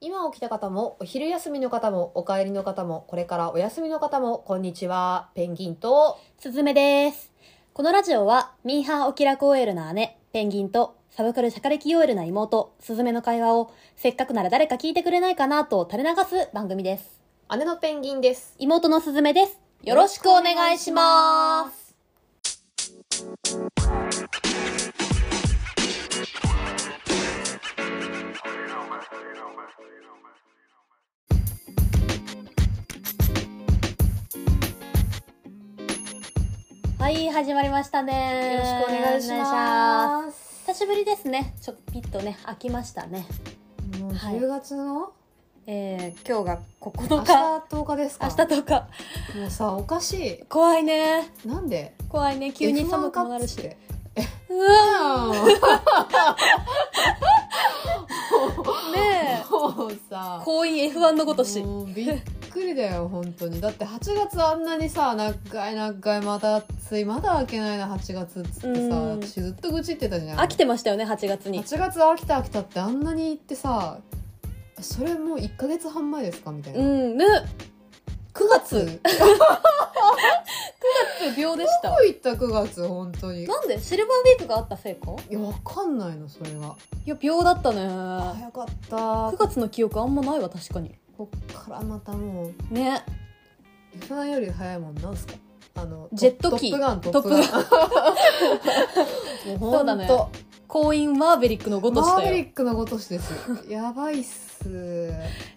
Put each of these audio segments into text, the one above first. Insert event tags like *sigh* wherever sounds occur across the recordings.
朝起きた方も、お昼休みの方も、お帰りの方も、これからお休みの方も、こんにちは。ペンギンと、すずめです。このラジオは、ミーハーオキラコ OL な姉、ペンギンと、サブカルシャカレキ OL な妹、すずめの会話を、せっかくなら誰か聞いてくれないかなと垂れ流す番組です。姉のペンギンです。妹のすずめです。よろしくお願いします。はい、始まりましたね。よろしくお願いしお願いしまます。す久しぶりですね。ちょぴっとね、飽きましたね。もうはい10月の、えー、今日が明9日日。 10日です明か日とか。もうさ、おかし怖いね。い。なんで怖いね。急に寒くもなるし。。 F1 かっつってうわねえ。 *laughs* もうさ、婚姻 F1 のごとし。もうびっくりだよ、本当に。だって8月あんなにさ、長い長い、まだ暑い、まだ開けないな、8月っつってさ、うん私ずっと愚痴ってたじゃん。飽きてましたよね、8月に。 8月は秋田秋田ってあんなに行ってさそれもう1か月半前ですかみたいうな、ん、ね。九9月不病でした。どういった9月本当にいなんでシルバーウィークがあったせいかやわかんないのそれがいや、病だったね。早かった9こ月の記憶あんまないわ、確かに。こっからまたもうね。 F1 より早いもんなんすかあのジェット機トップガントトッッププガガンンもうそうだねほんと婚姻マーベリックのごとしマーたヴェリよ。ックのごとしですやばいっす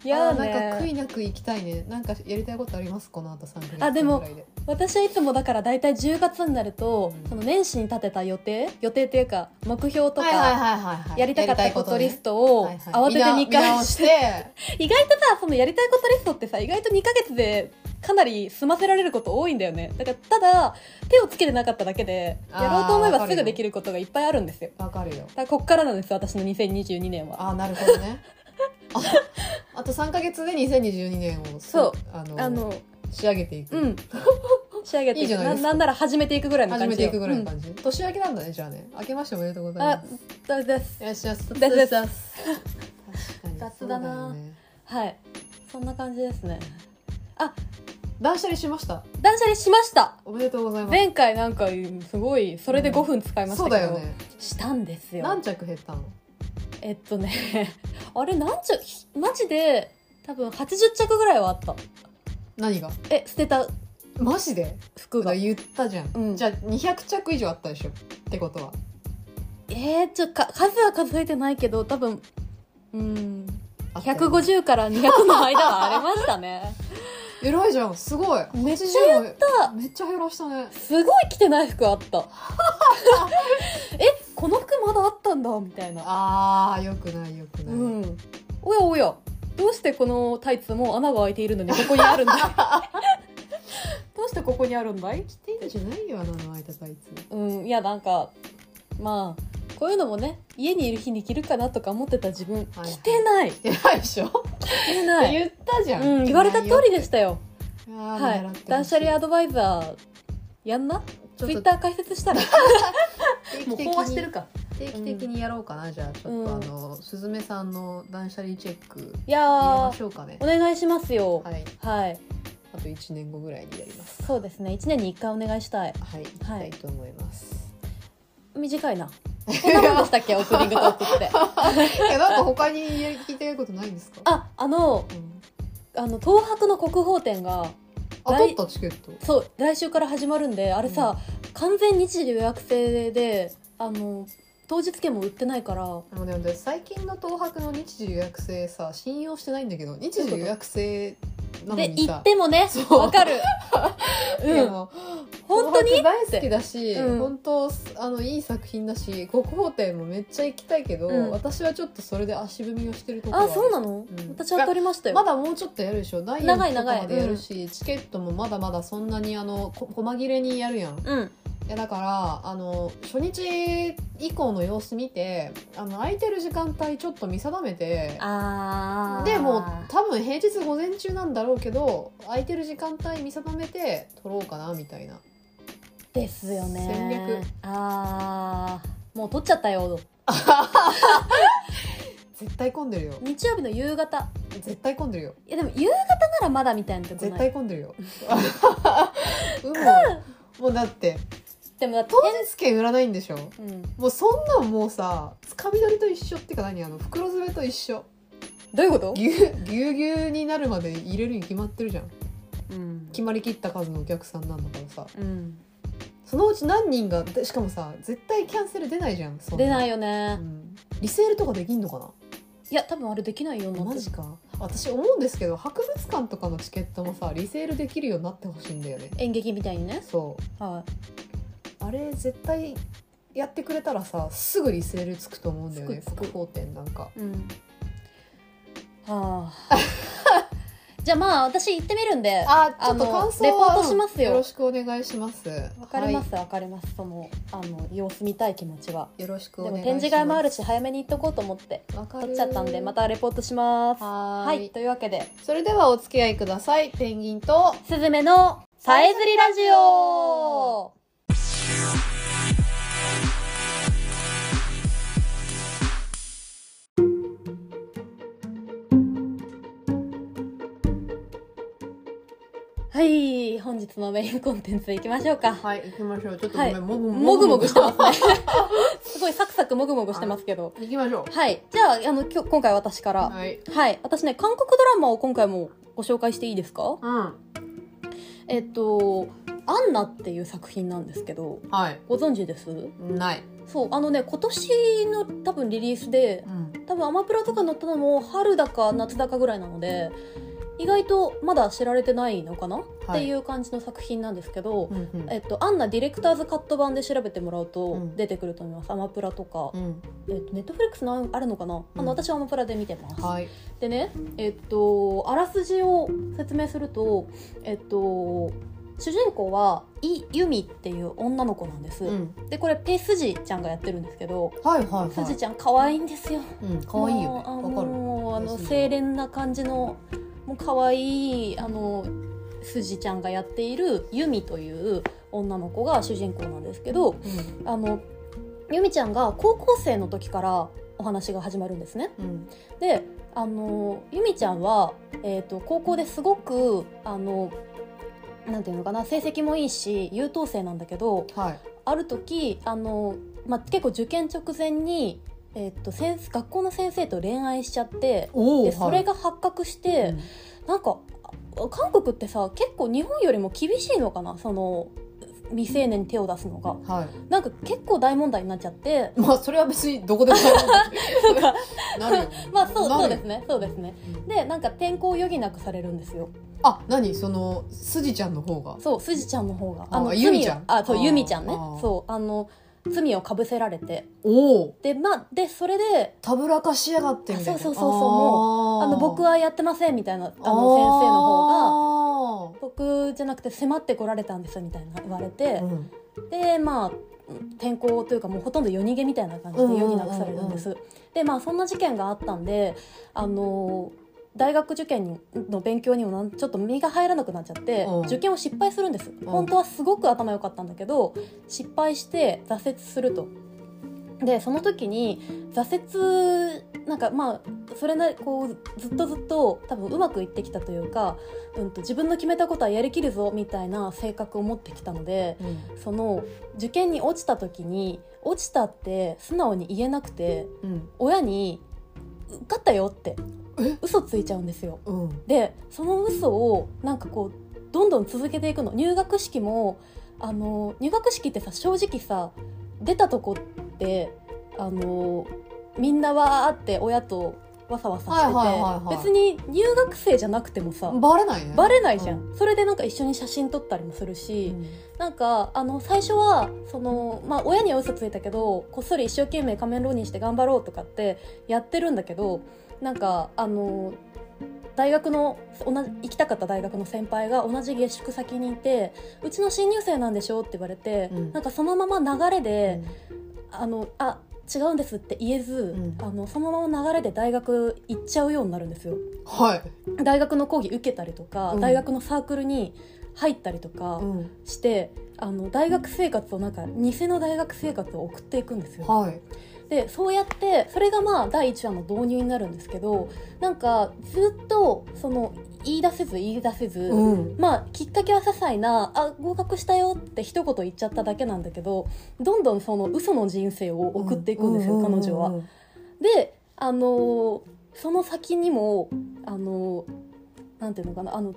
いやーあなんか悔ね。いなく行きたいねなんかやりたいことありますこの後3ヶ月あでもぐらいで私はいつもだから大体10月になるとうん、その年始に立てた予定予定っていうか、目標とはいはいか、はいはいはいやりたかったことリストをはいはい慌てて見見直返見直ししてて意外とさそのやりたいことリストってさ意外と2ヶ月でかなり済ませられること多いんだよねだからただ手をつけてなかっただけであーやろうと思えわかばるすよぐできることがいっぱいあるんですよわかるよだからこっからなんです私の2022年はああなるほどねああと3か月で2022年をそうあのあの仕上げていく、うん *laughs* 仕上げていいじゃないなですかなんなら始めていくぐらいの始感めじてよいくぐらいの感じ、年明けなんだねじゃあね明けましておめでとうごうざんいあます大丈夫ですいらっしゃいます大丈夫です確かに雑だなそうよねはいそんな感じですね断捨離しました断捨離しましたおめでとうございます前回なんかすごいそれで5分使いましそたうけだど、よねしたんですよ何着減ったのえっとね、 *laughs* あれ何着、ひマジで、多分80着ぐらいはあった。何がえ、捨てたマジで服が。え言ったじゃん、うんじゃあ200着以上あったでしょってことはー、ちょ、か、数は数えてないけど、多分、うん、あったよね150から200の間はありまし *laughs* たね。偉いじゃんすごいめっちゃ80もめっちゃ減らしたねすごい着てない服あった。 *laughs* え、この服まだあったんだ、みたいな。あーよくないよくなうい、ん。おやおや、どうしてこのタイツも穴が開いているのにここに *laughs* あるんだいどうしてここにあるんだい着ていいんじゃないよ穴の開いたタイツうんいやなんかまあこういうのもね家にいる日に着るかなとか思ってた自分、はいはい着てない着てないでしょ、着てない、言ったじゃん、うん、言われた通りでしたよりははい断捨離アドバイザーやんなちょっとツイッター解 *laughs* 説したらもう飽和してるか定期的にやろうかな、じゃあちょっとあうんのすずめさんの断捨離チェックいや入れまーしょうかねお願いしますよはいはい、あと1年後ぐらいにやりますそうですね1年に1回お願いしたいはい行きたいと思います、短 *laughs* いなこんなもんでしたっけオープニングトークってえなんか他に聞いてないことないんですかああのうんあの東博の国宝展があ来取ったチケットそう来週から始まるんであれさ、完全日時予約制であの当日券も売ってないからあのでも私最近の東博の日時予約制さ信用してないんだけど日時予約制なのでに行さってもねそう *laughs* わかるでうんも本当に東博大好きだし、うん本当あのいい作品だし国宝展もめっちゃ行きたいけど、うん私はちょっとそれで足踏みをしてるところあそうなの、うん私は取りましたよ、まだもうちょっとやるでしょ第4長い期とか長いまでやるし、チケットもまだまだそんなにあのこ細切れにやるやんうんいやだからあの初日以降の様子見てあの空いてる時間帯ちょっと見定めてあーでもう多分平日午前中なんだろうけど空いてる時間帯見定めて撮ろうかなみたいなですよね戦略あーもう取っちゃったよ絶対混んでるよ日曜日の夕方絶対混んでるよいやでも夕方ならまだみたいなとこ絶ない対混んでる *laughs* ようんもうだってでもだって当日券売らないんでしょうんもうそんなんもうさつかみ取りと一緒っていうか何あの袋詰めと一緒どういうことぎゅうぎゅうぎゅうになるまで入れるに決まってるじゃんうん決まりきった数のお客さんなんだからさうんそのうち何人がでしかもさ絶対キャンセル出ないじゃんそん出ないよ、ようねん、リセールとかできんのかないや多分あれできないようになってマるジか私思うんですけど博物館とかのチケットもさリセールできるようになってほしいんだよね演劇みたいにねそうはあれ絶対やってくれたらさすぐリセールつくと思うんだよねつくつく国宝展なんかいうんはあ *laughs* じゃあまあ私行ってみるんであちょあっのと感想レポはートしますよよろしくお願いしますわかりまは、すわかりますそのあの様子見たい気持ちはいよろしくおでも願いします展示会もあるし早めに行っとこうと思ってわかる取っちゃったんでまたレポートしますははーいいというわけでそれではお付き合いくださいペンギンとすずめのさえずりラジオはい本日のメインコンテンツいきましょうかはい行きましょうちょっとごはめいん、もぐもぐ *laughs* もぐしてますすね *laughs* すごいサクサクもぐもぐしてますけど行きましょはいじゃああの今日今回私かうらはいはい、私ね韓国ドラマを今回もご紹介していいですかうんえっと「アンナ」っていう作品なんですけどはいご存知ですないそうあのね今年の多分リリースでうん多分アマプラとか載ったのも春だか夏だかぐらいなので意外とまだ知られてないのかな、はいっていう感じの作品なんですけど、うんうんえっと、アンナディレクターズカット版で調べてもらううとん出てくると思います、アマプラとか、うんえっと、ネットフリックスのあるのかな、あうんの私はアマプラで見てます、はいでねえっとあらすじを説明するとえっと主人公はイ・ユミっていう女の子なんです、うんでこれペ・スジちゃんがやってるんですけど、はいはいスはジちゃん可愛いんですよいうん可愛いよねもうあわかるもうあのペスジ清廉な感じのもう可愛いあのスジちゃんがやっているユミという女の子が主人公なんですけどあのユミちゃんが高校生の時からお話が始まるんですねうんうんであのゆみちゃんは、えー、と高校ですごくあのなんていうのかな成績もいいし優等生なんだけどはいある時あの、まあ、結構受験直前に、えー、と先学校の先生と恋愛しちゃっておでおそれが発覚して、なんかあ韓国ってさ結構日本よりも厳しいのかなその未成年に手を出すのがはいなんか結構大問題になっちゃってまあそれは別にど *laughs* こでもなんかなるよまあそうなるよそうですねそうですねうんでなんか転校を余儀なくされるんですよあ何そのスジちゃんの方がそうすじちゃんの方があのゆみちゃん罪をあそあうーゆみちゃんねあーそうあの罪をかぶせられておおでまあでそれでたぶらかしやがってみたいなあそうそうそうそうもあの僕はやってませんみたいなあの先生の方が方僕じゃなくて迫ってこられたんですみたいな言われてう、んでまあ転校というかもうほとんど夜逃げみたいな感じでうんうんうん夜うんになくされるんです、でまあそんな事件があったんであの大学受験の勉強にもなんちょっと身が入らなくなっちゃって、うん受験を失敗するんです、本当はすごく頭良かったんだけど失敗して挫折するとでその時に挫折なんかまあそれなりこうずっとずっと多分うまくいってきたというか、うん、と自分の決めたことはやりきるぞみたいな性格を持ってきたので、うんその受験に落ちた時に落ちたって素直に言えなくてうん親に受かったよってえ嘘ついちゃうんですようんでその嘘をなんかこうどんどん続けていくの入学式もあの入学式ってさ正直さ出たとこってあのみんなわーって親とわさわさしてて、はいはいはいはい別に入学生じゃなくてもさバレないねバレないじゃん、それでなんか一緒に写真撮ったりもするし、うんなんかあの最初はその、まあ、親には嘘ついたけどこっそり一生懸命仮面浪人して頑張ろうとかってやってるんだけどなんかあの大学の同じ行きたかった大学の先輩が同じ下宿先にいて「うちの新入生なんでしょ?」って言われて、うんなんかそのまま流れで「あのあ違うんです」って言えず、うんあのそのまま流れで大学行っちゃうようになるんですよ。はい大学の講義受けたりとか、うん大学のサークルに入ったりとか。うんしてあの大学生活をなんか偽の大学生活を送っていくんですよはいでそうやってそれがまあ第1話の導入になるんですけどなんかずっとその言い出せず言い出せず、うんまあきっかけは些細な「あ合格したよ」って一言言っちゃっただけなんだけどどんどんその嘘の人生を送っていくんですよ、う彼女うは。んであのーその先にもあのーなんていうのかなあの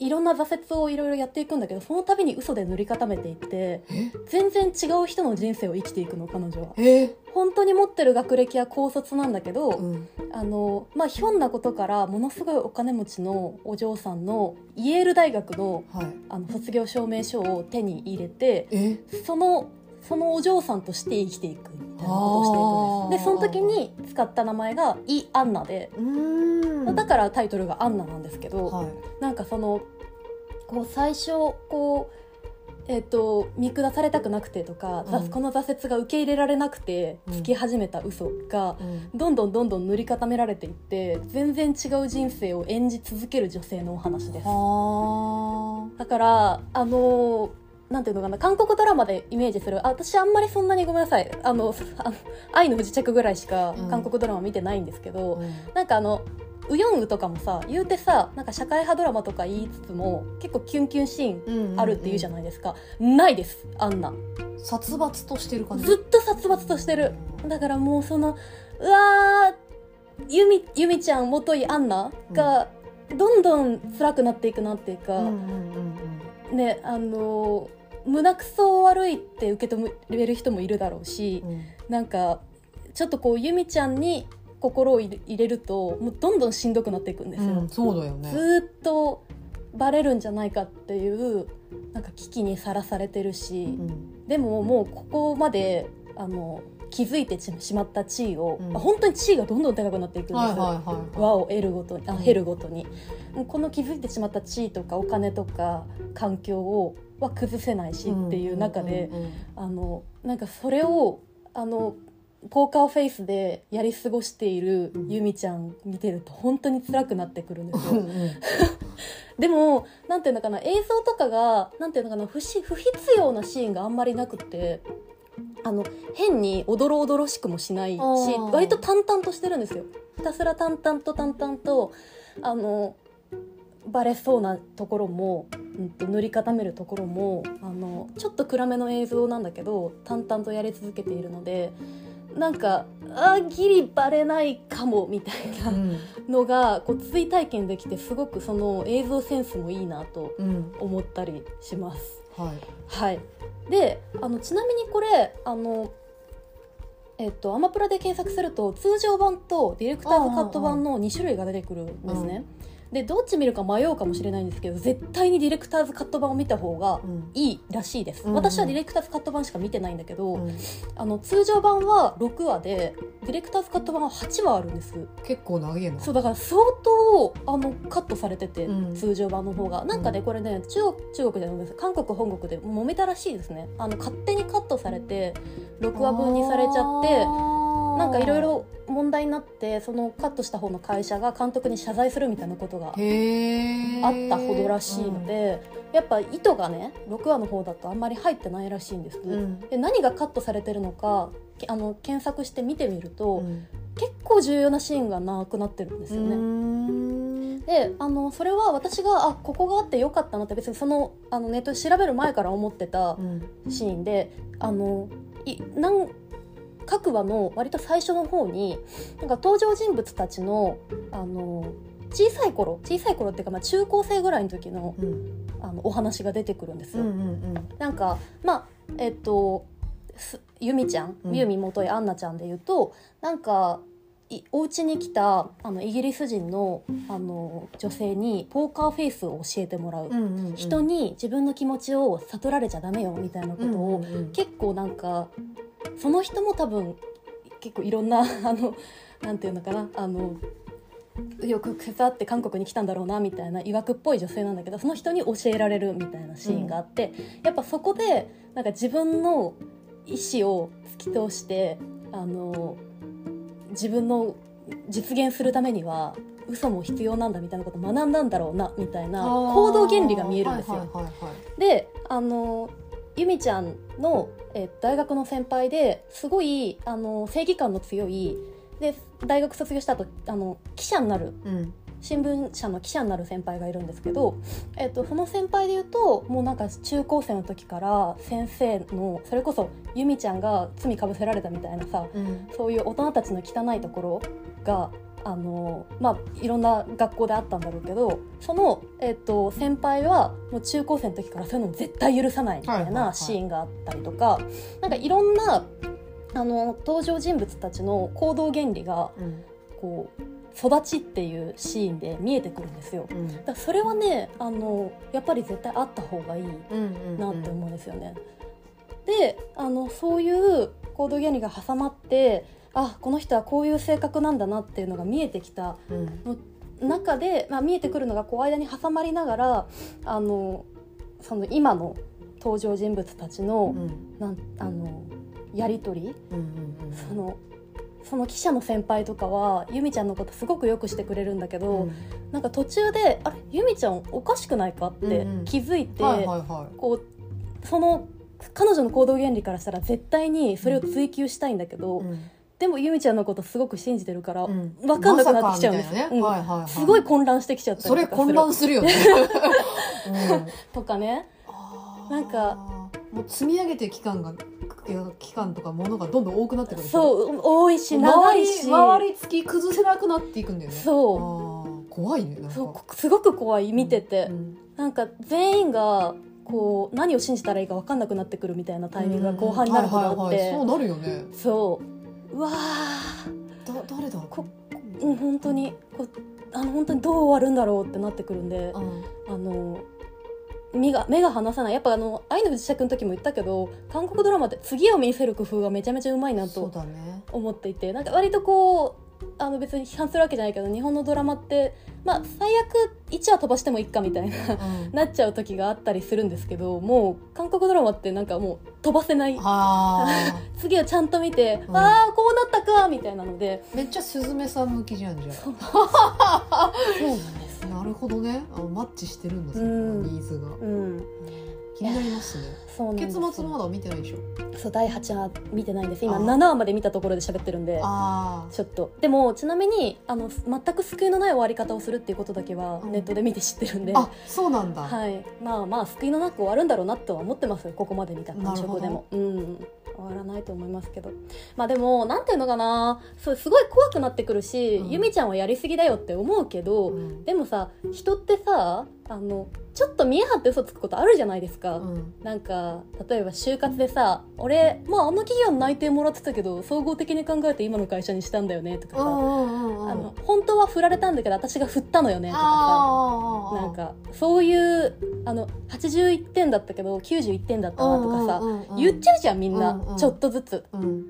いろんな挫折をいろいろやっていくんだけどその度に嘘で塗り固めていってえ全然違う人の人生を生きていくの彼女はえ本当に持ってる学歴は高卒なんだけど、うんあのまあ、ひょんなことからものすごいお金持ちのお嬢さんのイェール大学のはいあの卒業証明書を手に入れてえそのそのお嬢さんとして生きていくみたいなことをしていくんですであそーの時に使った名前がイ・アンナで、うーんだからタイトルが「アンナ」なんですけど、はいなんかそのこう最初こう。えっと見下されたくなくてとか、ざうんこの挫折が受け入れられなくてうんつき始めた嘘が、うんどんどんどんどん塗り固められていって全然違う人生を演じ続ける女性のお話ですはだからあのーなんていうのかな韓国ドラマでイメージするあ私あんまりそんなにごめんなさいあのあ愛の不時着ぐらいしかうん韓国ドラマ見てないんですけど、あうんなんかあのウヨンウとかもさ言うてさなんか社会派ドラマとか言いつつも結構キュンキュンシーンうんうんあるって言うじゃないですか、ないですあんな殺伐としてる感じずっと殺伐としてるだからもうそのうわーゆみゆみちゃん元いアンナがどんどん辛くなっていくなっていうか、うんうんうんうんねあのー胸くそ悪いって受け止める人もいるだろうしうんなんかちょっとこうゆみちゃんに心を入れ入れるともうどんどんしんどくなっていくんですうよん、。そうだよねずーっとバレるんじゃないかっていうなんか危機にさらされてるし。うんでももうここまであの気づいてしまった地位を、うんあ本当に地位がどんどん高くなっていくんです、はいはいはい和はを得るごとにあうん減るごとに、この気づいてしまった地位とかお金とか環境をは崩せないしいっていう中で、うんうんうんあのなんかそれをあのポーカーフェイスでやり過ごしているユミちゃん見てると本当に辛くなってくるんですよ。うんうんでもなんていうのかな映像とかがなんていうのかな不し不必要なシーンがあんまりなくてあの変におどろおどろしくもしないしあー割と淡々としてるんですよひたすら淡々と淡々とあのバレそうなところも、うん、と塗り固めるところもあのちょっと暗めの映像なんだけど淡々とやり続けているのでなんかあーギリバレないかもみたいな。のがこう追体験できてすごくその映像センスもいいなとうんうん思ったりします。はいはい、であのちなみにこれあの、えっと、アマプラで検索すると通常版とディレクターズカット版の2種類が出てくるんですね。でどっち見るか迷うかもしれないんですけど絶対にディレクターズカット版を見た方がうんいいらしいです、うんうん私はディレクターズカット版しか見てないんだけど、うんあの通常版は6話でディレクターズカット版は8話あるんです。結構長いなそうだから相当あのカットされてて、うん通常版の方がなんかねうこれね中国中国じゃないです韓国本国で揉めたらしいですねあの勝手にカットされて6話分にされちゃってなんかいろいろ問題になってそのカットした方の会社が監督に謝罪するみたいなことがへーあったほどらしいので、やっぱ意図がね6話の方だとあんまり入ってないらしいんです、うんで何がカットされてるのかけあの検索して見てみると、うん結構重要なシーンがなくなってるんですよね。うんであのそれは私があここがあってよかったなって別にそのあのネットで調べる前から思ってたうんシーンであのいなん各話の割と最初の方になんか登場人物たちのあの小さい頃小さい頃っていうか、まあ、中高生ぐらいの時のうんあのお話が出てくるんですうよ。んうんなんかまあえっとすゆみちゃん、うんゆみもといあんなちゃんで言うとなんかいお家に来たあのイギリス人のあの女性にポーカーフェイスを教えてもらうう、んうんうん人に自分の気持ちを悟られちゃダメよみたいなことうを、んうんうん結構なんかその人も多分結構いろんな *laughs* あのなんていうのかなあのよく腐って韓国に来たんだろうなみたいな曰くっぽい女性なんだけどその人に教えられるみたいなシーンがあって、やっぱそこでなんか自分の意思を突き通してあの自分の実現するためには嘘も必要なんだみたいなことを学んだんだろうなみたいな行動原理が見えるんですよ。あーはいはいはいはいであのゆみちゃんの、えー大学の先輩ですごいあの正義感の強いで大学卒業した後あの記者になるうん新聞社の記者になる先輩がいるんですけど、えっと、その先輩で言うともうなんか中高生の時から先生のそれこそ由美ちゃんが罪かぶせられたみたいなさうんそういう大人たちの汚いところがあの、まあ、いろんな学校であったんだろうけどその、えっと、先輩はもう中高生の時からそういうの絶対許さないみたはいいはいはないシーンがあったりとかなんかいろんなあの登場人物たちの行動原理がうんこう育ちっていうシーンで見えてくるんですよだうんからそれはねあのやっぱり絶対あった方がいいうんうんなって思うんですよね。であのそういう行動原理が挟まってあこの人はこういう性格なんだなっていうのが見えてきたうん中で、まあ、見えてくるのがこう間に挟まりながらあのその今の登場人物たちうの,、んなんあのやり取りうんうんうんそのその記者の先輩とかは由美ちゃんのことすごくよくしてくれるんだけど、うんなんか途中で「あれ由美ちゃんおかしくないか?」っうてんうん気づいて、はいはいはこうその彼女の行動原理からしたら絶対にそれを追求したいんだけいど、うんでも由美ちゃんのことすごく信じてるから、うわん分かんなくなってきちゃうんまでさすかみたいなうねんはいはいはいすごい混乱してきちゃったそりれとかす混る乱するよねうんとかねなんかもう積み上げてる期間が期間とかものがどんどん多くなってくるそう多いし長回いりし回りつき崩せなくなっていくんだよねあそうー怖いねなんかそうこすごく怖い見てて。うんなんか全員がこう何を信じたらいいか分かんなくなってくるみたいなタイミングが後半になるほどあっはいはいはいてそうなるよねそううわーだ誰だこうん本当にこうあの本当にどう終わるんだろうってなってくるんであのあの目が目が離さないやっぱあの「愛の不時着」の時も言ったけど韓国ドラマって次を見せる工夫がめちゃめちゃうまいなそうとだ *laughs* ね思っていてなんか割とこうあの別に批判するわけじゃないけど日本のドラマってまあ最悪1話飛ばしてもいいかみたいなうんなっちゃう時があったりするんですけどもう韓国ドラマってなんかもう飛ばせないあ次をちゃんと見て、うんああこうなったかみたいなのでーめっちゃすずめさん向きじゃんじゃそうそうなんですあなるほどねあマッチしてるんだそこがうんニーズがうん気になりますねそうなんで結す末まだ見てないでしょそう第8話見てないんです今あー7話まで見たところで喋ってるんであちょっとでもちなみにあの全く救いのない終わり方をするっていうことだけはうんネットで見て知ってるんで、ーあそうなんだはい、まあまあ救いのなく終わるんだろうなとは思ってますよここまで見た感触でも、うん、終わらないと思いますけどまあでもなんていうのかなそうすごい怖くなってくるし、うんゆみちゃんはやりすぎだよって思うけど、うんでもさ人ってさあのちょっと見え張って嘘つくことあるじゃないですか、うんなんか例えば就活でさ俺、まあ、あの企業の内定もらってたけど総合的に考えて今の会社にしたんだよねとかうさ、んうんうんあの本当は振られたんだけど私が振ったのよねとかさあーなんかそういうあの81点だったけど91点だったなとかさ、うんうんうんうん言っちゃうじゃんみんな、うんうんちょっとずつうん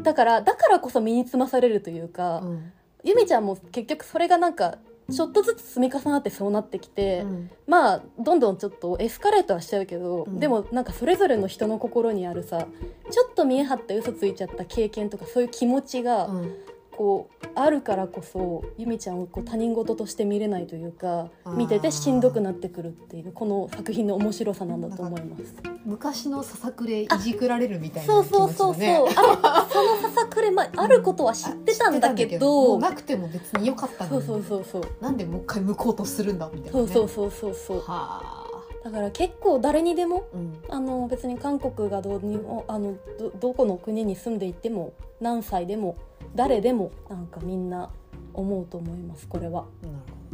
だからだからこそ身につまされるというか、うんゆみちゃんも結局それがなんかちょっとずつ積み重なってそうなってきて、うんまあどんどんちょっとエスカレートはしちゃうけど、うんでもなんかそれぞれの人の心にあるさちょっと見え張って嘘ついちゃった経験とかそういう気持ちが、うんこうあるからこそゆみちゃんをこう他人事として見れないというかあー見ててしんどくなってくるっていうこの作品の面白さなんだと思います。昔のささくれいじくられるみたいな気そう持ちだねそうそうそう、あれそのささくれ、まあ、あることは知ってたんだけ知ってたんもどうなくても別に良かったそのうにそうそうそうなんでもう一回向こうとするんだみたいな、そね、うそうそうそうそうはあだから結構誰にでもうんあの別に韓国がどうにもあのどどこの国に住んでいても何歳でも誰でもなんかみんな思うと思いますこれは。な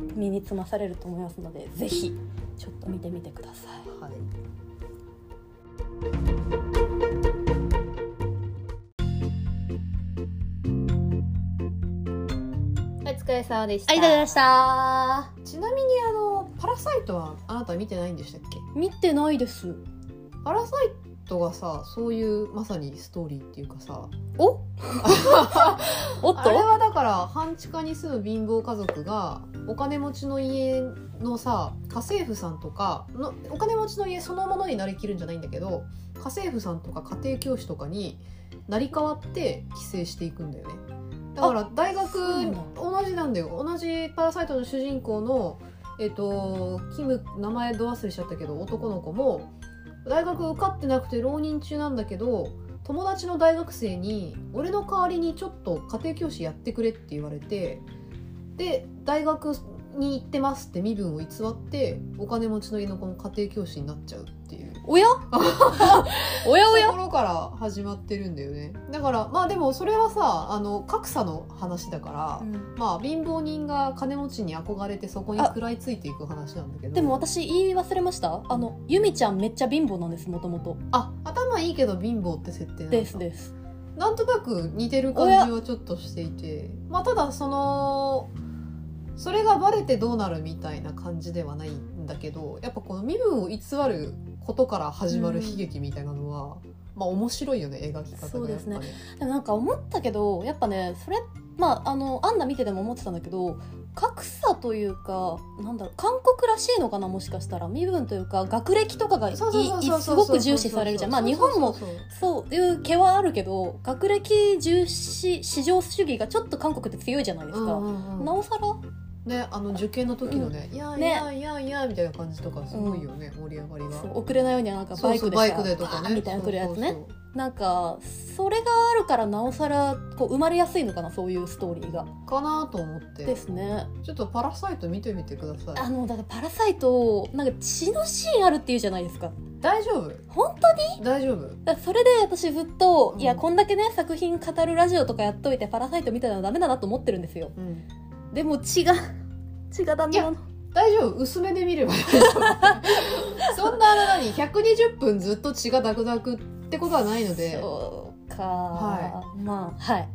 る身につまされると思いますのでぜひちょっと見てみてください。ほどはいお疲れ様でしたありがとうございました。ちなみにあのパラサイトはあなた見てないんでしたっけ見てないです。パラサイトがさそういうまさにストーリーっていうかさおおっあれとはだから半地下に住む貧乏家族がお金持ちの家のさ家政婦さんとかのお金持ちの家そのものになりきるんじゃないんだけど家政婦さんとか家庭教師とかになり変わって帰省していくんだよねだから大学そうなんだ同じなんだよ同じ「パラサイト」の主人公のえっとキム名前ど忘れしちゃったけど男の子も大学受かってなくて浪人中なんだけど友達の大学生に「俺の代わりにちょっと家庭教師やってくれ」って言われてで大学に行ってますって身分を偽ってお金持ちの家の子の家庭教師になっちゃうっていうお *laughs* やおやおやところから始まってるんだよねだからまあでもそれはさあの格差の話だから、まあ貧乏人が金持ちに憧れてそこに食らいついていく話なんだけどでも私言い忘れましたあのゆみちゃんめっちゃ貧乏なんですもともとあ頭いいけど貧乏って設定なんだですですなんとなく似てる感じはちょっとしていてまあただそのそれがバレてどうなるみたいな感じではないんだけどやっぱこの身分を偽ることから始まる悲劇みたいなのは、まあ面白いよね描き方がやっぱりそうですねでもなんか思ったけどやっぱねそれまああのアンナ見てても思ってたんだけど格差というかなんだろう韓国らしいのかなもしかしたら身分というか学歴とかがいいそうそうそうそうそうすごく重視されるじゃんまあ日本もそうそうそうそういう毛はあるけど学歴重視至上主義がちょっと韓国って強いじゃないですか、うんうんうんなおさらねあの受験の時のね「いやいねやいやいや」みたいな感じとかすごいよね、盛り上がりがそう遅れないようになんかバイクでバさイクでとかバーねンみたいな来るやつねそうそうそうなんかそれがあるからなおさらこう生まれやすいのかなそういうストーリーがかなと思ってですねちょっとパラサイト見てみてくださあいのだってパラサイトなんか血のシーンあるっていうじゃないですか大丈夫本当に大丈夫だからそれで私ずっと、うんいやこんだけね作品語るラジオとかやっといてパラサイトみたいなのダメだなと思ってるんですようんでも血が血がダメなの大丈夫薄めで見れば大丈夫そんなあの何120分ずっと血がダクダクってことはないのでそうか、はまあはい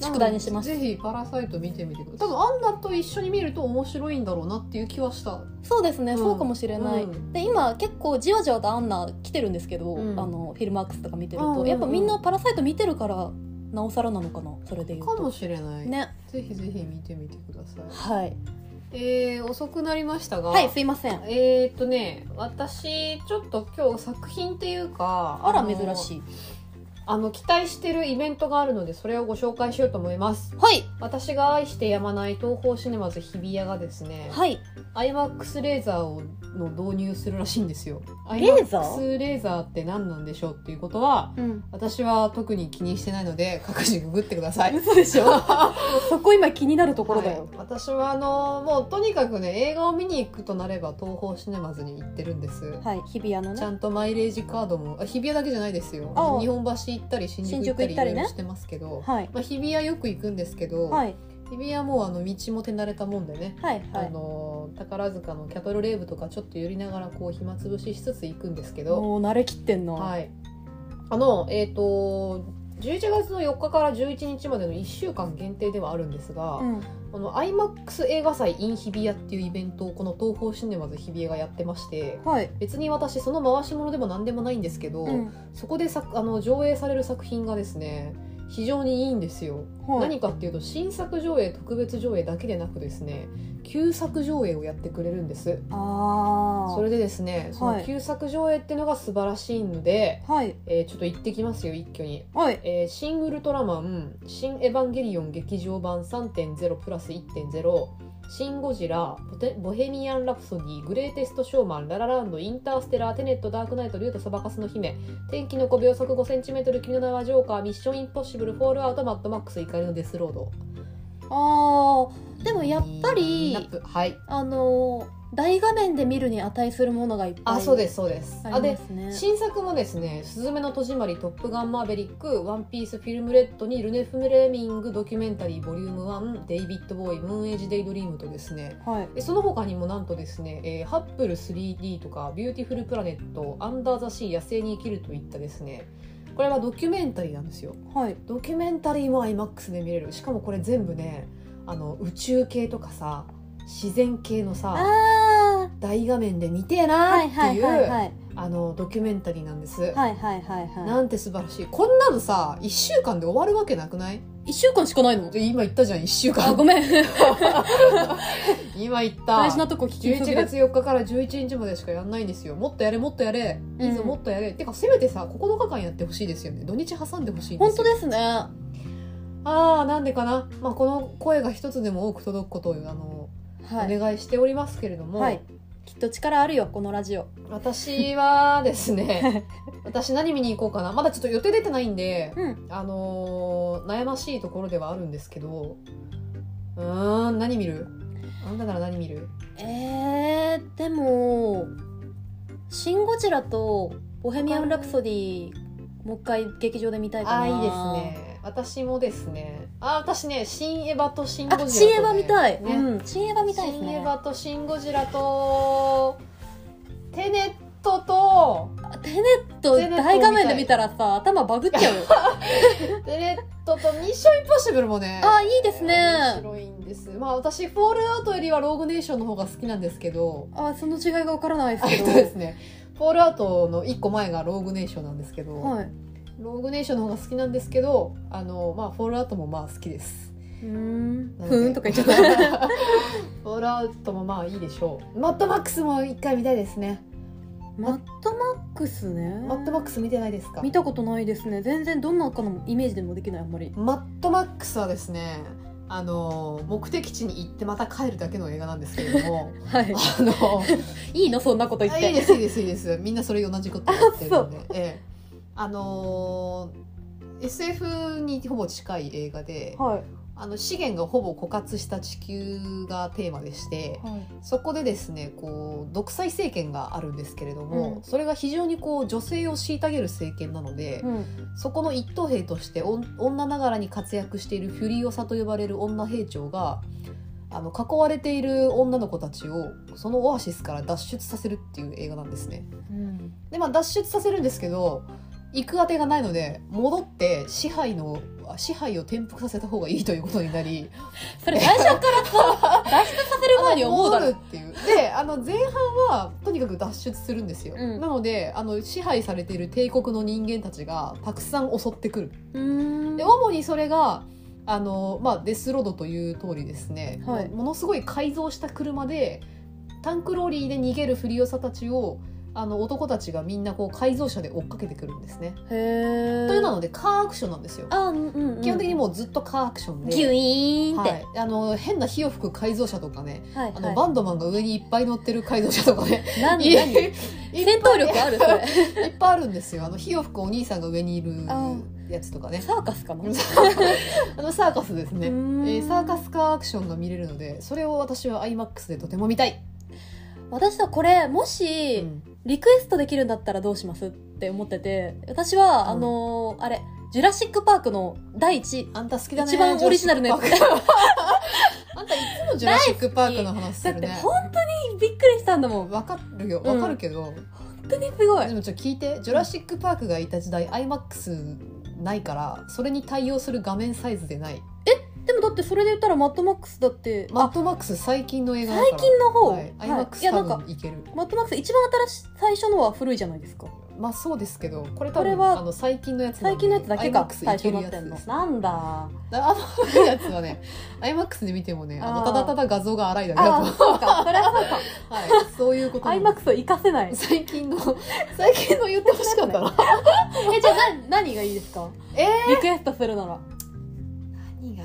宿題にしますぜひパラサイト見てみてください多分アンナと一緒に見ると面白いんだろうなっていう気はしたそうですね、うんそうかもしれない、うんで今結構じわじわとアンナ来てるんですけど、うんあのフィルマークスとか見てると、うんうんうんやっぱみんなパラサイト見てるからなおさらなのかなそれで言うかもとしれない、ねぜひぜひ見てみてくださいはいえー、遅くなりましたが、はいすいませんえーっとね私ちょっと今日作品っていうかあらの珍しいあの期待してるイベントがあるのでそれをご紹介しようと思いますはい私が愛してやまない東宝シネマズ日比谷がですね、はいアイ IMAX レーザーをの導入するらしいんですよレーザー IMAX レーザーって何なんでしょうっていうことはうん私は特に気にしてないので各自ググってください嘘でし *laughs* ょそこ今気になるところだよは、い私はあのもうとにかくね映画を見に行くとなれば東宝シネマズに行ってるんです、はい日比谷のちゃねんとマイレージカードもあ日比谷だけじゃないですよああ日本橋行ったり新宿行ったり新宿行っいたろりねいろしてますけど、はいまあ、日比谷よく行くんですけど、はい日比谷もあの道も手慣れたもんでね、はいはあいの宝塚のキャトルレイブとかちょっと寄りながらこう暇つぶししつつ行くんですけど、もう慣れきってんの、はいあのえっ、と11月の4日から11日までの1週間限定ではあるんですが、うん、この IMAX 映画祭 in 日比谷っていうイベントをこの東宝シネマズ日比谷がやってましてはい、別に私その回し物でも何でもないんですけど、うんそこで作あの上映される作品がですね非常にいいんですよ、はい、何かっていうと新作上映特別上映だけでなくですね旧作上映をやってくれるんですああそれでですねその旧作上映っていうのが素晴らしいので、はいえーちょっと行ってきますよ一挙にはいえーシン・ウルトラマン」「シン・エヴァンゲリオン劇場版3.0プラス1.0」「シン・ゴジラ」ボテ「ボヘミアン・ラプソディ」「グレーテスト・ショーマン」「ララランド」「インターステラー」「テネット」「ダークナイト」「竜とそばかすの姫」「天気の子」「秒速 5cm」「君の名はジョーカー」「ミッション・インポッシブル」「フォールアウト」「マッドマックス」「怒りのデス・ロードあーでも」やっぱりラップはいあのー大画面で見るに値するものがいっぱいあそうですそうですあありでますね新作もですね「すずめの戸締まり」「トップガンマーヴェリック」「ワンピースフィルムレッド」に「ルネフムレーミングドキュメンタリーボリューム1」「デイビッド・ボーイ」「ムーン・エイジ・デイ・ドリーム」とですねはいえその他にもなんとですね、えーハッブル 3D とか「ビューティフル・プラネット」「アンダー・ザ・シー野生に生きる」といったですねこれはドキュメンタリーなんですよはいドキュメンタリーも IMAX で見れるしかもこれ全部ねあの宇宙系とかさ自然系のさあ大画面で見てえあなはーいっはていいう、はいはいあのドキュメンタリーなんです、はいはいはいはなんて素晴らしいこんなのさ1週間で終わるわけなくないい一週間しかないので今言ったじゃん1週あ間ごめん *laughs* 今言った大事なとこ聞き11すぎ月4日から11日までしかやんないんですよもっとやれもっとやれいいぞうんもっとやれ、てかせめてさ9日間やってほしいですよね土日挟んでほしいんで本す当よですねああなんでかな、まあ、この声が一つでも多く届くことをあの、はいお願いしておりますけれども、はいきっと力あるよこのラジオ私はです *laughs* ね私何見に行こうかなまだちょっと予定出てないんで、うんあのー悩ましいところではあるんですけどうーん何見るあんたなら何見るえー、でも「シン・ゴジラ」と「ボヘミアン・ラプソディ」もう一回劇場で見たいかなあーいいですね私もですねあー私ね「新エヴァ」と「新ゴジラとあね」新エヴァ見たい、ねうん新エヴァ見たいです新エねヴァ」と「新ゴジラ」と「テネット」とテネットテネット大画面で見たらさ頭バグっち *laughs* ゃうよ「テネット」と「ミッションインポッシブル」もねあーいいです面ね白いんですまあ私「フォールアウト」よりは「ローグネーション」の方が好きなんですけどあーその違いがわからないですあけ *laughs* えっどとですね「フォールアウト」の1個前が「ローグネーション」なんですけど、はいローグネーションの方が好きなんですけどあのまあ「フォールアウト」もまあ好きですうーんなのでふーんとか言っちゃった *laughs* フォールアウトもまあいいでしょうマッドマックスも一回見たいですねマッドマックスねマッドマックス見てないですか見たことないですね全然どんなかのイメージでもできないあんまりマッドマックスはですねあの目的地に行ってまた帰るだけの映画なんですけれど *laughs* もはいあのいいのそんなこと言っあていいですいいですいいですみんなそれ同じことやってるんでええあのー SF にほぼ近い映画ではいあの資源がほぼ枯渇した地球がテーマでしてはいそこでですねこう独裁政権があるんですけれども、うんそれが非常にこう女性を虐げる政権なので、うんそこの一等兵としておん女ながらに活躍しているフュリオサと呼ばれる女兵長があの囲われている女の子たちをそのオアシスから脱出させるっていう映画なんですね。うんでまあ脱出させるんですけど行くあてがないので戻って支配の支配を転覆させた方がいいということになりそれ最初からさ脱出させる前に思うだ戻ろるっていうであの前半はとにかく脱出するんですよ、うんなのであの支配されている帝国の人間たちがたくさん襲ってくるうーんで主にそれがあの、まあ、デスロードという通りですね、はいもものすごい改造した車でタンクローリーで逃げるフリオサたちをあの男たちがみんなこう改造車で追っかけてくるんですね。へえというのはのでカーアクションなんですよ。あうんうん、うん、基本的にもうずっとカーアクションで。ギュイーンって、はい、あの変な火を吹く改造車とかね、はいあのバンドマンが上にいっぱい乗ってる改造車とかね、なんい何いっ戦闘力あるそれ *laughs* ぱいいっぱいあるんですよあの火を吹くお兄さんが上にいるあやつとかねサーカスかな、うあのサーカスですね、えーんーサーカスカーアクションが見れるのでそれを私は iMAX でとても見たい、私さこれもし、うんリクエストできるんだったらどうしますって思ってて私うは、んあのーあれ「ジュラシック・パーク」の第一あんた好きだね一番オリジナルのやつジュラシックパーク *laughs* あんたいつもジュラシック・パークの話すだっるてね本当にびっくりしたんだもんわかるようんわかるけど、本当にすごいでもちょっと聞いてジュラシック・パークがいた時代 iMAX ないからそれに対応する画面サイズでないでもだってそれで言ったらマッドマックスだって、マッドマックス最近の映画だから最近の方、はい、いや iMAX な多んか分いけるマッドマックス一番新しい最初のは古いじゃないですかまあそうですけどこれ多これ分はあの最近のやつなんで最近のやつだけか iMAX 最いける初になやってんつのですなんだあの古いやつはね *laughs* iMAX で見てもねああのーただただ画像が荒いだけあだあとそうかそれはそうかはい、そういうことなんです iMAX を活かせない最近の *laughs* 最近の言ってほしかった *laughs* なえじゃあな何がいいですかえリクエストするなら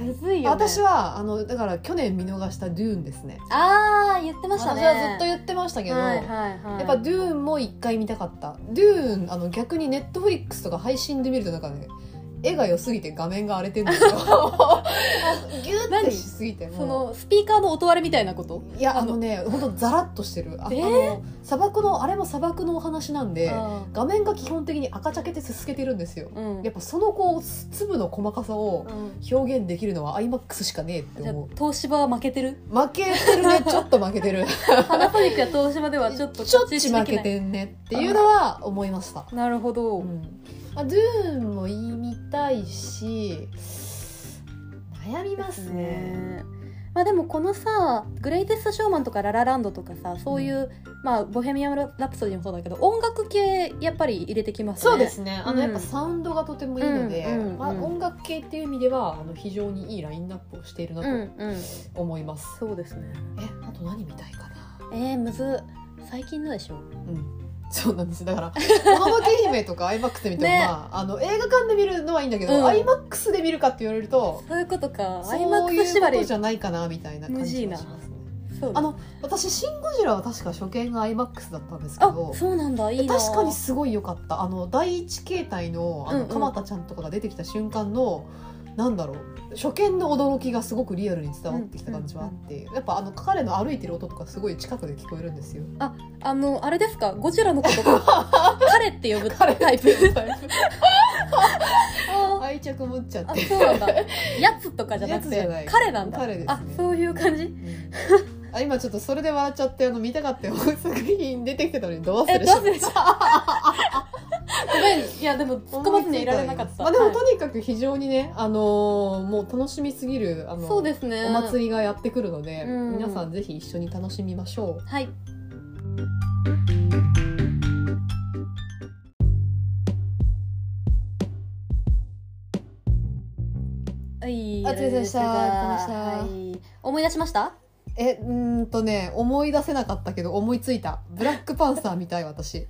むずいよ、ね、私はあのだから去年見逃した「ドゥーンですねああ言ってましたね私はずっと言ってましたけど、はいはいはい、やっぱ「ドゥーンも一回見たかった「ドゥーンあの逆にネットフリックスとか配信で見るとなんかね絵が良すぎて画面が荒れてるん *laughs* ですよギューってしすぎてもうそのスピーカーの音割れみたいなこといやあのね本当ザラッとしてるあ,、えーあの砂漠のあれも砂漠のお話なんで画面が基本的に赤茶けてすすけてるんですようんやっぱそのこうす粒の細かさをうん表現できるのは iMAX しかねえってじゃあ思う東芝は負けてる負けてるねちょっと負けてるパナソニックや東芝では *laughs* ちょっとちょっ立ちち位負置できけないてんねっていうのは思いましたなるほど、うんあドゥーンも言いみたいし悩みますねまあでもこのさ「グレイテスト・ショーマン」とか「ラ・ラ・ランド」とかさそういう、まあ「ボヘミアン・ラプソディ」もそうだけど音楽系やっぱり入れてきますねそうですねあの、うんやっぱサウンドがとてもいいので、うんうんうんまあ、音楽系っていう意味ではあの非常にいいラインナップをしているなうんとうん思います、そうですねえあと何見たいかなえー、むずっ最近のでしょうんそうなんですだから「もののけ姫」とか iMAX で見ても、ねまあ、あの映画館で見るのはいいんだけど、うん iMAX で見るかって言われるとそういうことかそういう iMAX 縛こりとじゃないかなみたいな感じがしますね。そうあの私「シン・ゴジラ」は確か初見が IMAX だったんですけあどそうなんだいいな確かにすごい良かったあの第一形態のあうんうのん鎌田ちゃんとかが出てきた瞬間の、なんだろう初見の驚きがすごくリアルに伝わってきた感じはあって、やっぱあの彼の歩いてる音とかすごい近くで聞こえるん *laughs* ですよ。あのあれですかゴジラのこと *laughs* 彼って呼ぶ彼タイプあ愛着持っちゃっあてそうな *laughs* んだやつとかじゃなくやつてじゃない彼なんだ彼ですねあそういう感じうんあ今ちょっとそれで笑っちゃってあの見たかったよ作品出てきてたのにどうすえるどう *laughs* する *laughs* ごめんいやでも突っ込まずにはいられなかった、まあ、でもはいとにかく非常にね、あのーもう楽しみすぎるあのそうですねお祭りがやってくるので、うん皆さんぜひ一緒に楽しみましょう。はいはい、お疲れ様でしたはい、思い出しましたえうーんとね思い出せなかったけど思いついたブラックパンサーみたい *laughs* 私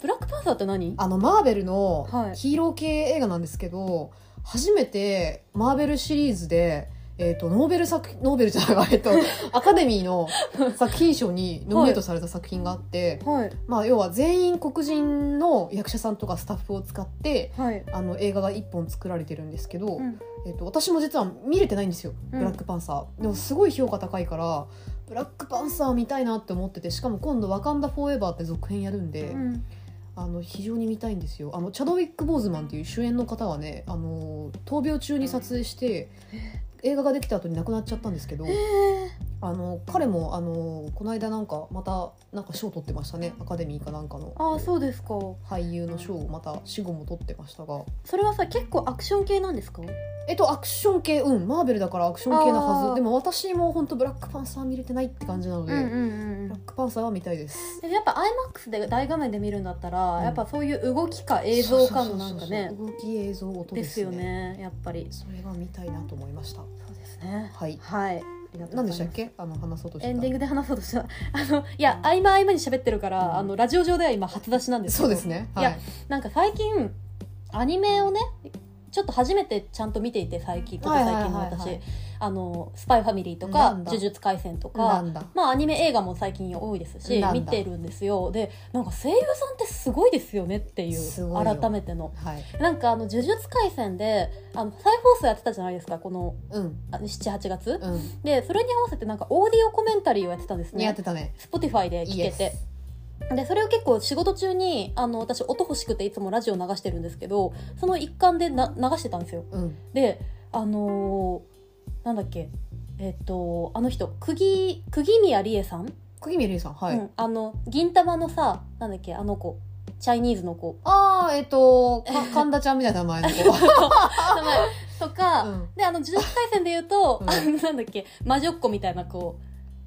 ブラックパンサーって何あのマーベルのはいヒーロー系映画なんですけど、初めてマーベルシリーズで、えー、とノーベル作ノーベルじゃないわ、 *laughs* えっと、アカデミー *laughs* の作品賞にノミネートされた作品があって、はいまあ、要は全員黒人の役者さんとかスタッフを使ってはい、あの映画が1本作られてるんですけど、うんえっと私も実は見れてないんですよ「うんブラックパンサー」でもすごい評価高いから「ブラックパンサー」見たいなって思っててしかも今度「ワカンダ・フォーエバー」って続編やるんで、うんあの非常に見たいんですよあのチャドウィック・ボーズマンっていう主演の方はねあの闘病中に撮影して映画ができた後に亡くなっちゃったんですけど。あの彼もあのこの間なんかまたなんか賞取ってましたねアカデミーかなんかのああそうですか俳優の賞をまた死後も取ってましたがそれはさ結構アクション系なんですかえっとアクション系うんマーベルだからアクション系なはあーずでも私も本当ブラックパンサー見れてないって感じなので、ブんラックパンサーは見たいですでやっぱ IMAX で大画面で見るんだったら、うんやっぱそういう動きか映像かのなんかそねうそうそうそう動き映像音でですすねよねやっぱりそれが見たいなと思いましたそうですねはいはいありがとうござ何ですいましたっけあの話そうとしてたエンディングで話そうとした *laughs* あのいや合間合間に喋ってるから、あのラジオ上では今初出しなんですけそどうですねいはやいなんか最近アニメをねちょっと初めてちゃんと見ていて最近ここ最近のはいはいはいは私いあのスパイファミリーとなかんだ呪術廻戦となかんだまあアニメ映画も最近多いですしなんだ見てるんですよでなんか声優さんってすごいですよねっていうすごいよ改めてのはいなんかあの呪術廻戦であの再放送やってたじゃないですかこのうんあ78月、うでそれに合わせてなんかオーディオコメンタリーをやってたんですんやっねてたね Spotify で聞けてでそれを結構仕事中にあの私音欲しくていつもラジオ流してるんですけどその一環でな流してたんですよ Yes うんであのーなんだっけえっとあの人釘釘宮理恵さん、釘宮瑠衣さんはい、うん、あの銀玉のさなんだっけあの子チャイニーズ *laughs* の子ああえっ、とか *laughs* 神田ちゃんみたいな名前の子、名前とか、うんであの呪術廻戦で言うと、うんあのなんだっけ魔女っ子みたいな子を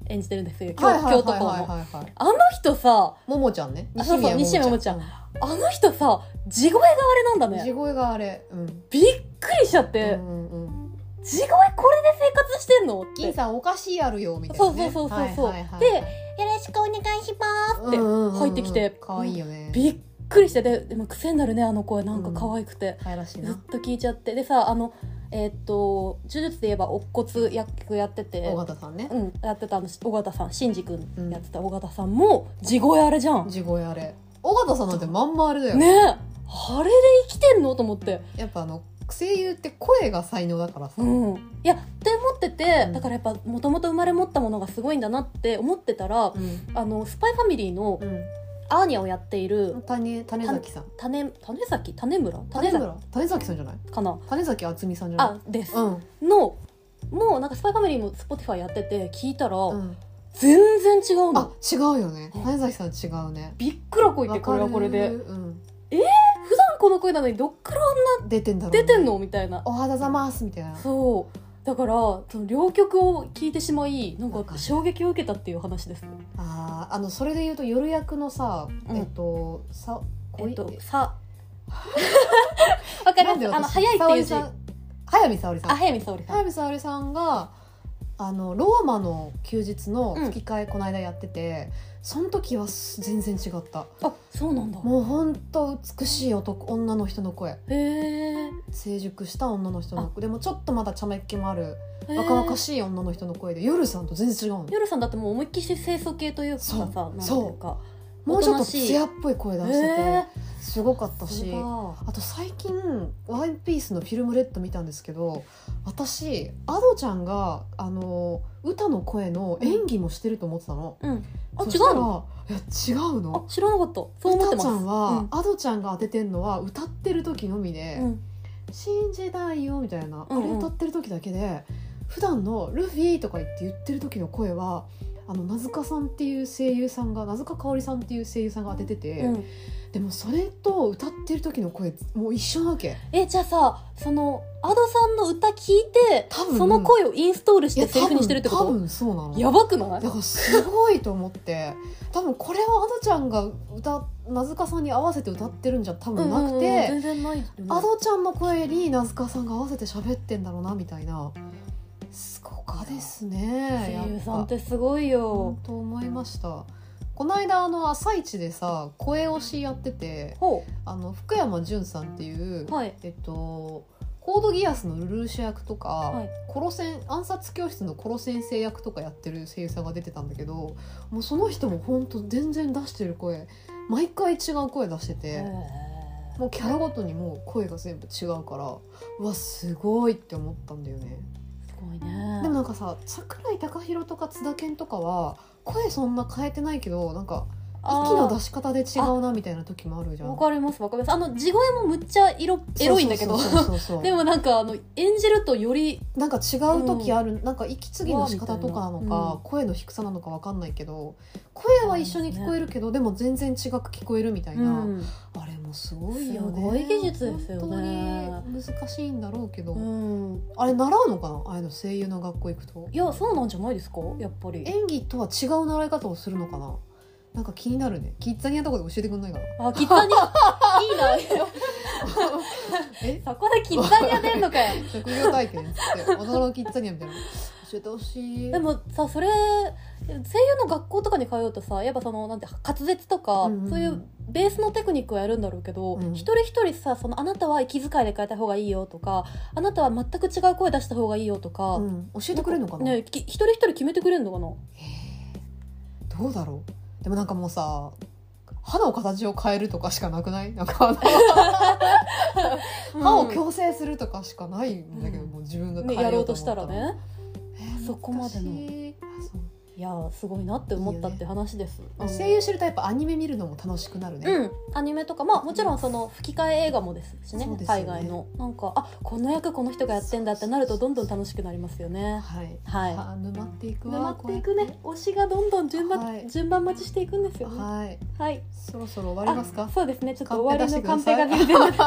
演じてるんですよ京はいはい京都はい校はいの。はいはいあの人さももちゃんねあそうそう西宮ももちゃんあの人さ地声があれなんだうん地ね声があれうんびっくりしちゃっうて、んうん地声これで生活してんのって金さんおかしいあるよみたいそなうね、そうそうそうそう、はいはいはいで「よろしくお願いします」って入ってきて、可愛いよねびっくりしてででも癖になるねあの声なんか可愛くて、可愛らしいずっなと聞いちゃってでさあのえーっと呪術で言えば乙骨役やってて尾形さんねうん、やってたあの尾形さん真司君やってた尾形さんも地声あれじゃん、地声あれ尾形さんなんてまんまあれだよ、ねえあれで生きてんのと思ってやっぱあの声優って声が才能だからさ、うん、いやって思ってて、うんだからやっぱもともと生まれ持ったものがすごいんだなって思ってたら、うんあのスパイファミリーのアーニャをやっている種種崎さん種種崎種村種種崎村種崎さんじゃないかな種崎あつみさんじゃなあですい、うんのもうなんかスパイファミリーも Spotify やってて聞いたら、うん、全然違うあの違うよねうん種崎さん違うねびっくらこいってわかこれるはこれでうん、普段この声なのにどっから出てんだろうね出てんのみたいなおはだざますみたいなそうだからその両曲を聞いてしまいなんわかかる衝撃を受けたっていう話ですあーあのそれで言うと夜役のさ、うんえっとさえっとと、 *laughs* さ。わかります。あの、早いっていう字。早見沙織さあ、ん早見沙織さん。早見沙織さんがあのローマの休日の吹き替えこの間やってて、その時はす全然違ったあそうなんだもうほんと美しい男女の人の声へえ成熟した女の人の声でもちょっとまだちゃめっ気もある若若々いしい女の人の声で夜さんと全然違うの夜さんだってもう思いっきり清楚系というかさそうなんていうかもうちょっおとなとしいツヤっぽい声出しててすごかったそしれがあと最近「ワンピースのフィルムレッド見たんですけど私アドちゃんがあの歌の声の演技もしてると思ってたの。うんあ違そうしたらのいや違うあの知らなかったそう思って歌ちますゃんは、うアドちゃんが当ててんのは歌ってる時のみでんうん「信じないよ」みたいな、うんうんあれ歌ってる時だけで普段の「ルフィ」とか言って言ってる時の声はあの名塚さんっていう声優さんが名塚かおりさんっていう声優さんが当ててて、うんでもそれと歌ってる時の声もう一緒なわけえじゃあさそのアドさんの歌聞いて多分その声をインストールしてセ多リフに分してるってこ多と分そうなのやばくないだからすごいと思って多分これはアドちゃんが歌名塚さんに合わせて歌ってるんじゃ多分なくて、うんうんうん全然ないよねアドちゃんの声に名塚さんが合わせて喋ってんだろうなみたいなすごかですね声優さんっやぱてすごいよ本当思いましたこの間あの「朝一でさ声推しやっててほあの福山潤さんっていう、うはいえっとコードギアスのルルーシュ役とか、はいコロセン暗殺教室のコロ先生役とかやってる声優さんが出てたんだけどもうその人も本当全然出してる声毎回違う声出してて。へーもうキャラごとにもう声が全部違うからうわすごいって思ったんだよねすごいねでもなんかさ桜井貴宏とか津田健とかは声そんな変えてないけどなんか息あーの出し方で違うなみたいな時もあるじゃんわかりますわかりますあの地声もむっちゃ色エロいんだけどそうそうそうそう *laughs* でもなんかあの演じるとよりなんか違う時ある、なんか息継ぎの仕方とかなのうわみたいなか、うん声の低さなのかわかんないけど声は一緒に聞こえるけど、でも全然違く聞こえるみたいな、うんあれもすごいよねすごい技術ですよね本当に難しいんだろうけど、うんあれ習うのかなああいうの声優の学校行くといやそうなんじゃないですかやっぱり演技とは違う習い方をするのかななんか気になるねキッザニアとかで教えてくんないかなあキ *laughs* ッザニアいいなえそこでキッザニア出んの *laughs* かよ職業体験っつって大人のキッザニアみたいな教えてほしいでもさそれ声優の学校とかに通うとさやっぱそのなんて滑舌とか、うんうんうんそういうベースのテクニックをやるんだろうけど、うん一人一人さそのあなたは息遣いで変えた方がいいよとかあなたは全く違う声出した方がいいよとか、うん、教えてくれるのかなね、き一人一人決めてくれるのかなどうだろうでもなんかもうさ歯の形を変えるとかしかなくないなんかあの歯を強矯正するとかしかないんだけど、うんもう自分がね、変やえよろううとと思しったたらら、ねえーそこまでの難しいあそういやーすごいなって思ったって話です、あ声優知るとやっぱアニメ見るのも楽しくなるね、うん、アニメとかまあもちろんその吹き替え映画もですしねそうですよね海外のなんかあこの役この人がやってんだってなるとどんどん楽しくなりますよねはいはいあ沼っていくわ沼っていくね推しがどんどん順番、はい順番待ちしていくんですよこうねやはい、ってはいそろそろ終わりますかあそうですねちょっカと終ンわペり出のしてカくださンペがい全然なえ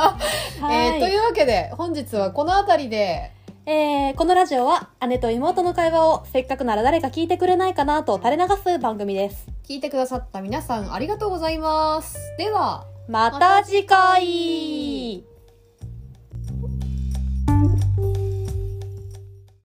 ー *laughs* はい、というわけで本日はこの辺りでえーこのラジオは姉と妹の会話をせっかくなら誰か聞いてくれないかなと垂れ流す番組です聞いてくださった皆さんありがとうございますではまた次回